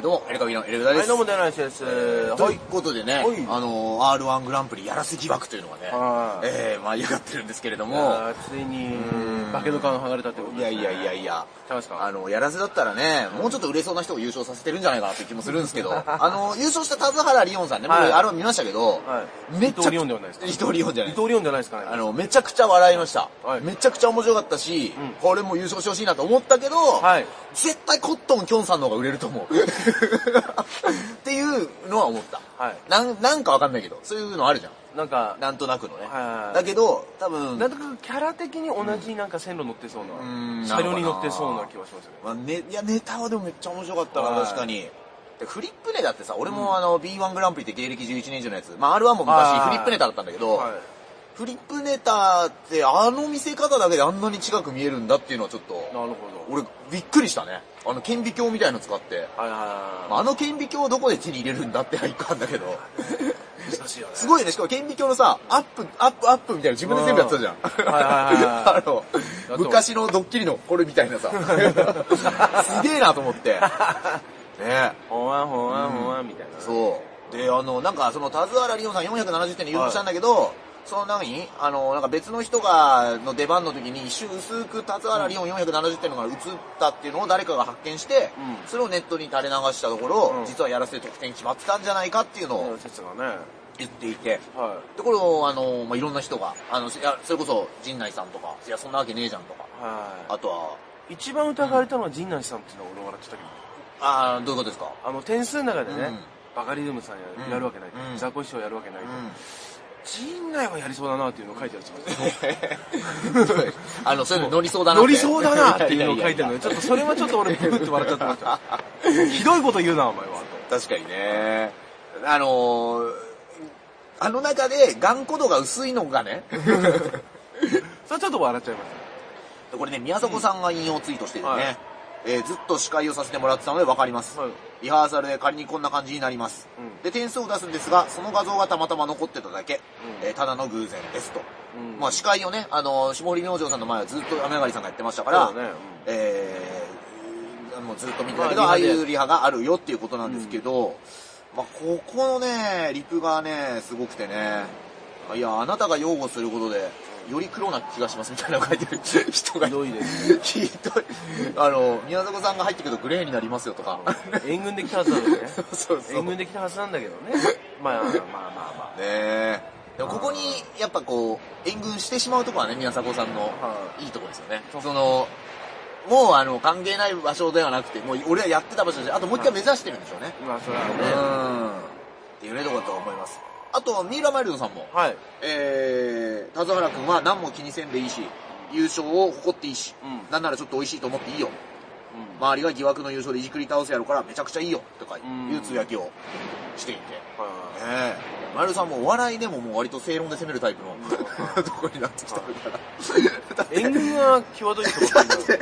どうも、エルカビのエルグダです。はい、どうも、デナイスです。と。はいいうことでね、はいあのー、R1 グランプリやらせ疑惑というのがね、はいえー、まあ、嫌がってるんですけれども、あーついに、化けの皮が剥がれたってこといでやすねいやいやいや、どうですかあの、やらせだったらね、もうちょっと売れそうな人を優勝させてるんじゃないかなって気もするんですけど、あの、優勝した田津原リオンさんね、僕、はいあれを見ましたけど、はいめっちゃ、伊藤リオンではないですか伊藤リオンじゃない伊藤リオンじゃないですかね。あの、めちゃくちゃ笑いました。はいめちゃくちゃ面白かったし、うんこれも優勝してほしいなと思ったけど、はい絶対コットンキョンさんの方が売れると 思う。っていうのは思った。はいなんなんかわかんないけど、そういうのあるじゃん。なんか、なんとなくのね。はいはいはいだけど、多分、なんとなくキャラ的に同じなんか線路乗ってそううんな、車両に乗ってそうな気はしますよね。まあね、いや、ネタはでもめっちゃ面白かったな、はい確かに。でフリップネタってさ、俺もあの、B1 グランプリって芸歴11年以上のやつ、まあ R1 も昔はいフリップネタだったんだけど、はいフリップネタってあの見せ方だけであんなに近く見えるんだっていうのはちょっと、なるほど。俺びっくりしたねあの顕微鏡みたいの使ってはいはいはいはあの顕微鏡をどこで手に入れるんだって一個あんだけど い。難しいよね。すごいねしかも顕微鏡のさアップアップアップみたいなの自分で全部やってたじゃんうんはいはいはいは あのやってます昔のドッキリのこれみたい なさすげえなと思ってねえほわんほわんほわんみたいな。そうであのなんかその田津原理音さん470点で優勝したんだけど、その何あのなんか別の人がの出番の時に一瞬薄く田津原理音470点のが映ったっていうのを誰かが発見して、うんそれをネットに垂れ流したところ、うん実はやらせ得点決まってたんじゃないかっていうのうをん。説がね。言っていて。はで、これを、あの、まあ、いろんな人が、あの、いや、それこそ、陣内さんとか、いや、そんなわけねえじゃんとか、い。はあとは、い。一番疑われたのは陣内さんっていうのは俺笑ってたけど。あーどういうことですかあの、点数の中でうねん、バカリズムさんやうんやるわけないうん。ザコシショウやるわけない。うん。陣内はやりそうだなっていうのを書いてあるんですよ。あの、そういうの乗りそうだなっ乗て。りそうだなっていうのを書いてやややるので、ちょっとそれはちょっと俺、ブブって笑っちゃってました。ひどいこと言うな、お前は。確かにね。あのー、あの中で頑固度が薄いのがね、それはちょっと笑っちゃいましこれね、宮迫さんが引用ツイートしてるね、はいえーずっと司会をさせてもらってたので分かります。はいリハーサルで仮にこんな感じになります。うんで、点数を出すんですが、その画像がたまたま残ってただけ、うんえーただの偶然ですと。うんまあ司会をね、あのー、霜降り明星さんの前はずっと雨上がりさんがやってましたから、そうだねうんえーもうずっと見てたけど、あまああいリハでうリハがあるよっていうことなんですけど、まあここのね、リプがね、すごくてね、いや、あなたが擁護することで、より苦労な気がしますみたいなの書いてる 人た。がひどいです。 ひどい。あの、宮迫さんが入ってくるとグレーになりますよと か。援軍できたはずなんだよね。そうそう。援軍ねできたはずなんだけどね。まあまあまあまえ。でもここに、やっぱこう、援軍してしまうとこはね、宮迫さんのはいいとこですよね。その、もうあの、関係ない場所ではなくて、もう俺はやってた場所で、あともう一回目指してるんでしょうね。あまあ。まあそれはうね。ん。っていうねとこだと思います。あと、ミイラマイルドさんも、はい。えー、田津原くんは何も気にせんでいいし、優勝を誇っていいし、うんなんならちょっと美味しいと思っていいよ。周りが疑惑の優勝でいじくり倒すやろからめちゃくちゃいいよとかいうつぶやきをしていて。はいねえ。マルさんもお笑いでももう割と正論で攻めるタイプ のとこになってきたから。だって援軍が際どいってことにな る。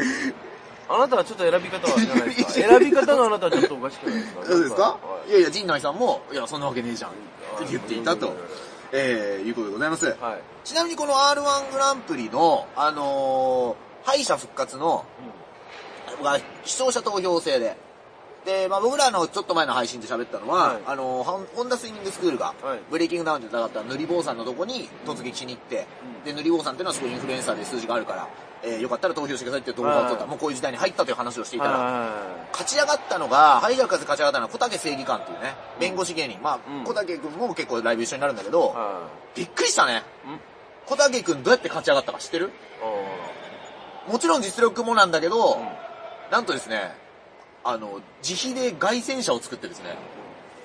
あなたはちょっと選び方はじゃないですか。選び方のあなたはちょっとおかしくないですかそうですかはいやいや、陣内さんも、いや、そんなわけねえじゃんって言っていたと、えーいうことでございます。はい。ちなみにこの R1 グランプリの、あのー敗者復活のが視聴者投票制で。で、まあ、僕らのちょっと前の配信で喋ったのは、はいあの、ホンホンダスイミングスクールがはい、ブレイキングダウンで戦った塗り坊さんのとこに突撃しに行って、うんで、塗り坊さんっていうのはすごいインフルエンサーで数字があるから、えーよかったら投票してくださいっていう動画を撮った、はいもうこういう時代に入ったという話をしていたら、は勝ち上がったのが、敗者風勝ち上がったのは小竹正義官っていうね、弁護士芸人。まあ、うん小竹君も結構ライブ一緒になるんだけど、い。はい。びっくりしたね。ん小竹君どうやって勝ち上がったか知ってるもちろん実力もなんだけど、なんとですね、あの、自費で外線車を作ってですね、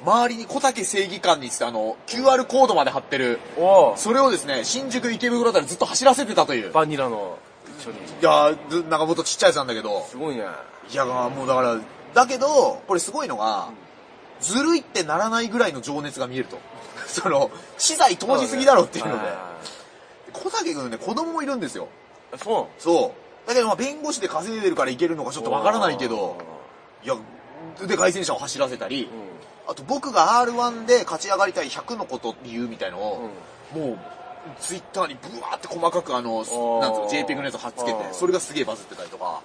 周りに小竹正義館にして、あの、QR コードまで貼ってる、おおそれをですね、新宿池袋あたりずっと走らせてたという。バニラの一緒に。いやー、ずなんかもっとちっちゃいやつなんだけど、すごいね。いやー、もうだから、だけど、これすごいのが、ずるいってならないぐらいの情熱が見えると。 その、資材投じすぎだろっていうので。小竹くんね、子供もいるんですよ。で。そうなのそう。だけどまあ弁護士で稼いでるからいけるのかちょっとわからないけど、いや、で、外線車を走らせたり、うあと僕が R1 で勝ち上がりたい100のこと理由みたいのを、もう、ツイッターにブワーって細かくあの、なんつうの、おー JPEG のやつを貼っつけてう、んそれがすげえバズってたりとか、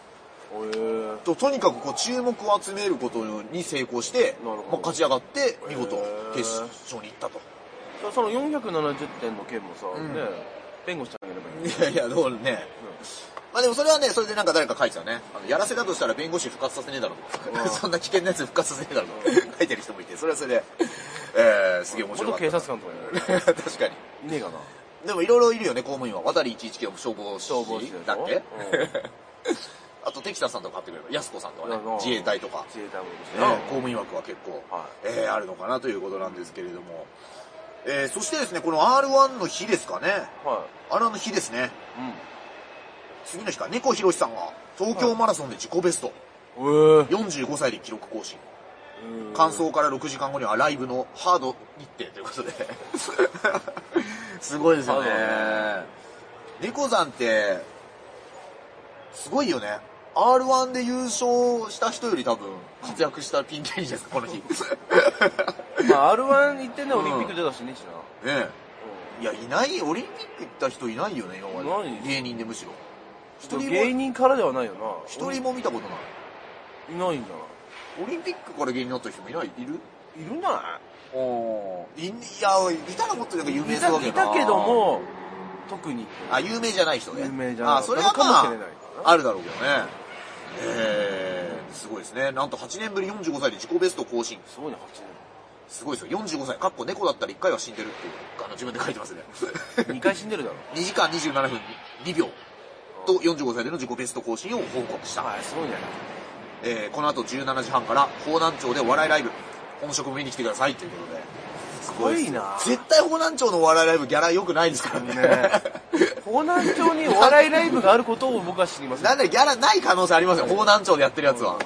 おえー、ととにかくこう注目を集めることに成功して、なるほどまあ、勝ち上がって見事へー決勝に行ったと。そその470点の件もさ、うんね弁護士あげればいいのにいやいや、どうね。まあでもそれはね、それでなんか誰か書いてたね。あのやらせだとしたら弁護士復活させねえだろうんと。 そんな危険なやつ復活させねえだろうと。書いてる人もいて、それはそれで、えー、すげえ面白かっ元警た。察官とかい確かに。ないねえかなでもいろいろいるよね、公務員は。渡り119も消防士消防士でしょだっうんけあと、関田さんとか買ってくれば、安子さんとかねいやな、自衛隊とか、自衛隊もいるしねな公務員枠は結構、はえーあるのかなということなんですけれども。えー、そしてですね、この R1 の日ですかね。いは R1 の日ですね。いうん次の日か、猫ひろしさんが、東京マラソンで自己ベスト、うえ45歳で記録更新。ー完走から6時間後にはライブのハード日程という ことで。すごいですよねハ。猫さんって、すごいよね。R1 で優勝した人より多分、活躍したピン芸人ですか、こ の日。ねまあ R1 行ってねオリンピック出たしねえしなえいや、いない、オリンピック行った人いないよね、今まいないで。芸人でむしろ。一うん人芸も、人からではないよな一人も見たことない。いないんじゃオリンピックから芸人になった人もいないいるないいるんじゃないおいいや、いたらもっとなんか有名いそうだたけいどなたけど、も特にあ、有名じゃない人ね。有名じゃないあ、それはかもしれまないあ、あるだろうけどね。えー、すごいですね。なんと8年ぶり45歳で自己ベスト更新。すごいねすごいですよ。45歳。かっこ猫だったら1回は死んでるっていう、あの、自分で書いてますね。 8年2回死んでるだろ2時間27分2秒と45歳での自己ベスト更新を報告した。はいすごいねえー、この後17時半から、方南町でお笑いライブ。本職も見に来てくださいということで。すごでいすねな絶対方南町のお笑いライブギャラ良くないですからね。方南町にお笑いライブがあることを僕は知りませんなんだギャラない可能性ありますよ、方南町でやってるやつは。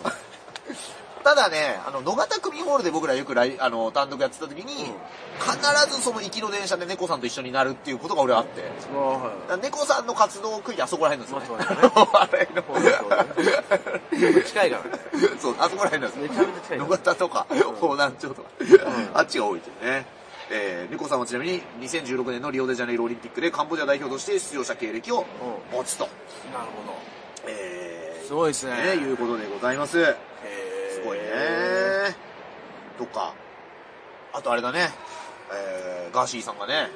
ただね、あの、野方組ホールで僕らよくライあの、単独やってた時に、必ずその行きの電車で猫さんと一緒になるっていうことが俺はあって。だかああはいら猫さんの活動を食いあそこら辺なんですよ、ね。あれの。 近いからねそう、あそこら辺なんですよ。めちゃめちゃ近い野方とか、方南町とか、あっちが多いというね。えー、猫さんはちなみに2016年のリオデジャネイロオリンピックでカンボジア代表として出場した経歴を持つと。なるほえどーすごいですねね、いうことでございます。すごいね。とか、あとあれだね、えー、ガーシーさんがね、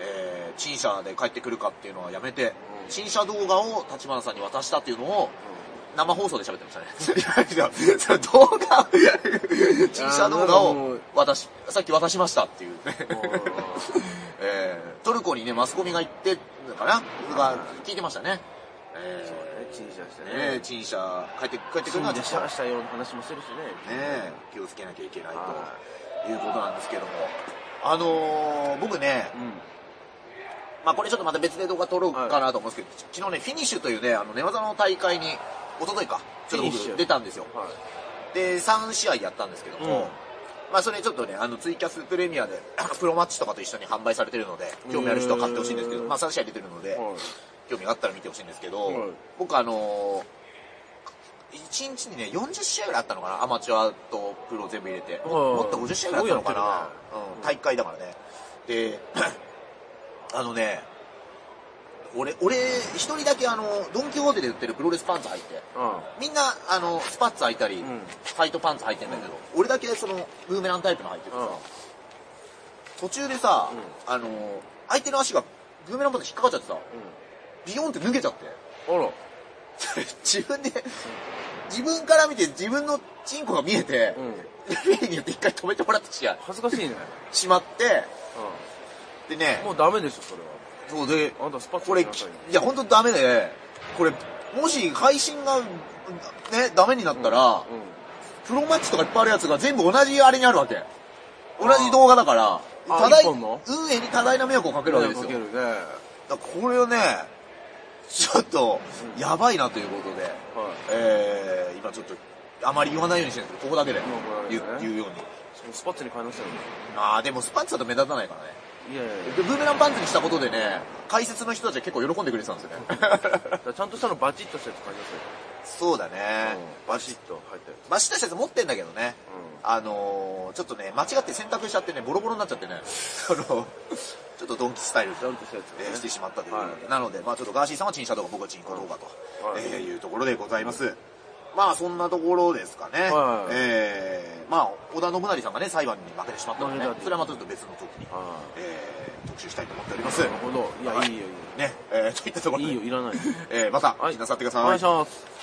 えー、陳謝で帰ってくるかっていうのはやめて、うん陳謝動画を立花さんに渡したっていうのを、生放送で喋ってましたね。 いやいや、それ動画、陳謝動画を渡し、さっき渡しましたっていうね。 えー、トルコにね、マスコミが行って、かなが聞いてましたね。えー陳謝してねえ、ね陳謝、帰って、帰ってくる陳のはちょ謝っしとたしたような話もしてるしねね、気をつけなきゃいけないはということなんですけども。あのー、僕ね、うまあこれちょっとまた別で動画撮ろうかなと思うんですけど、昨日ね、フィニッシュというね、あの、寝技の大会に、一昨日か、ちょっとフィニッシ僕ュ出たんですよ。んはいで、3試合やったんですけども、うんまあそれちょっとね、あの、ツイキャスプレミアで、あのプロマッチとかと一緒に販売されてるので、興味ある人は買ってほしいんですけど、へーまあ3試合出てるので、興味があったら見てほしいんですけど、はい僕あのー、1日にね、40試合ぐらいあったのかなアマチュアとプロ全部入れて。はいもっと50試合ぐらいあったのかすな、ごいやってるねうん、大会だからね。で、 あのね、俺、俺、一人だけあの、ドンキホーテで売ってるプロレスパンツ履いて、みんな、あの、スパッツ履いたり、んファイトパンツ履いてんだけど、俺だけその、ブーメランタイプの履いてるから、うん途中でさ、うあの、相手の足がブーメランパンツ引っかかっちゃってさ、ビヨンって脱げちゃって、うんあら 自分で、自分から見て自分のチンコが見えて、うんレフェリーによって一回止めてもらってし恥ずかしいねまって、でねうん、もうダメでしょそれはそうで、あんたスパッツこれ、着なさいよいや、ほんとダメで、これ、もし配信が、ね、ダメになったら、うんプロマッチとかいっぱいあるやつが全部同じあれにあるわけ。同じ動画だから、あ多大、一本の運営に多大な迷惑をかけるわけですよ。かけるねだからこれをね、ちょっと、やばいなということで、はえー、今ちょっと、あまり言わないようにしてるんですけど、ここだけでもうこれ言だうけね言うように。いスパッツに変えなさいよああ、でもスパッツだと目立たないからね。いやいやいやでブーメランパンツにしたことでね、解説の人たちは結構喜んでくれてたんですよね。だからちゃんとしたのバチッとしたやつ買いなさいよそうだね。バシッと入ったやまあ、知った人持ってんだけどね。あのー、ちょっとね、間違って洗濯しちゃってね、ボロボロになっちゃってね、あの、ちょっとドンキスタイルつ。ダンとしたやつえーねしてしまったということで、はなので、まあちょっとガーシーさんはチンシャ動画、僕はチンコ動画と、はいえーいうところでございます。まあそんなところですかね。はいえー、まあ織田信成さんがね、裁判に負けてしまったので、ね負けたっ、てそれはまたちょっと別の時に、はえー、特集したいと思っております。いなるほどいやいいよね、えー、といったところいいで、 よいいよいらないえー、また、はいなさってくだおさ願いいし。ます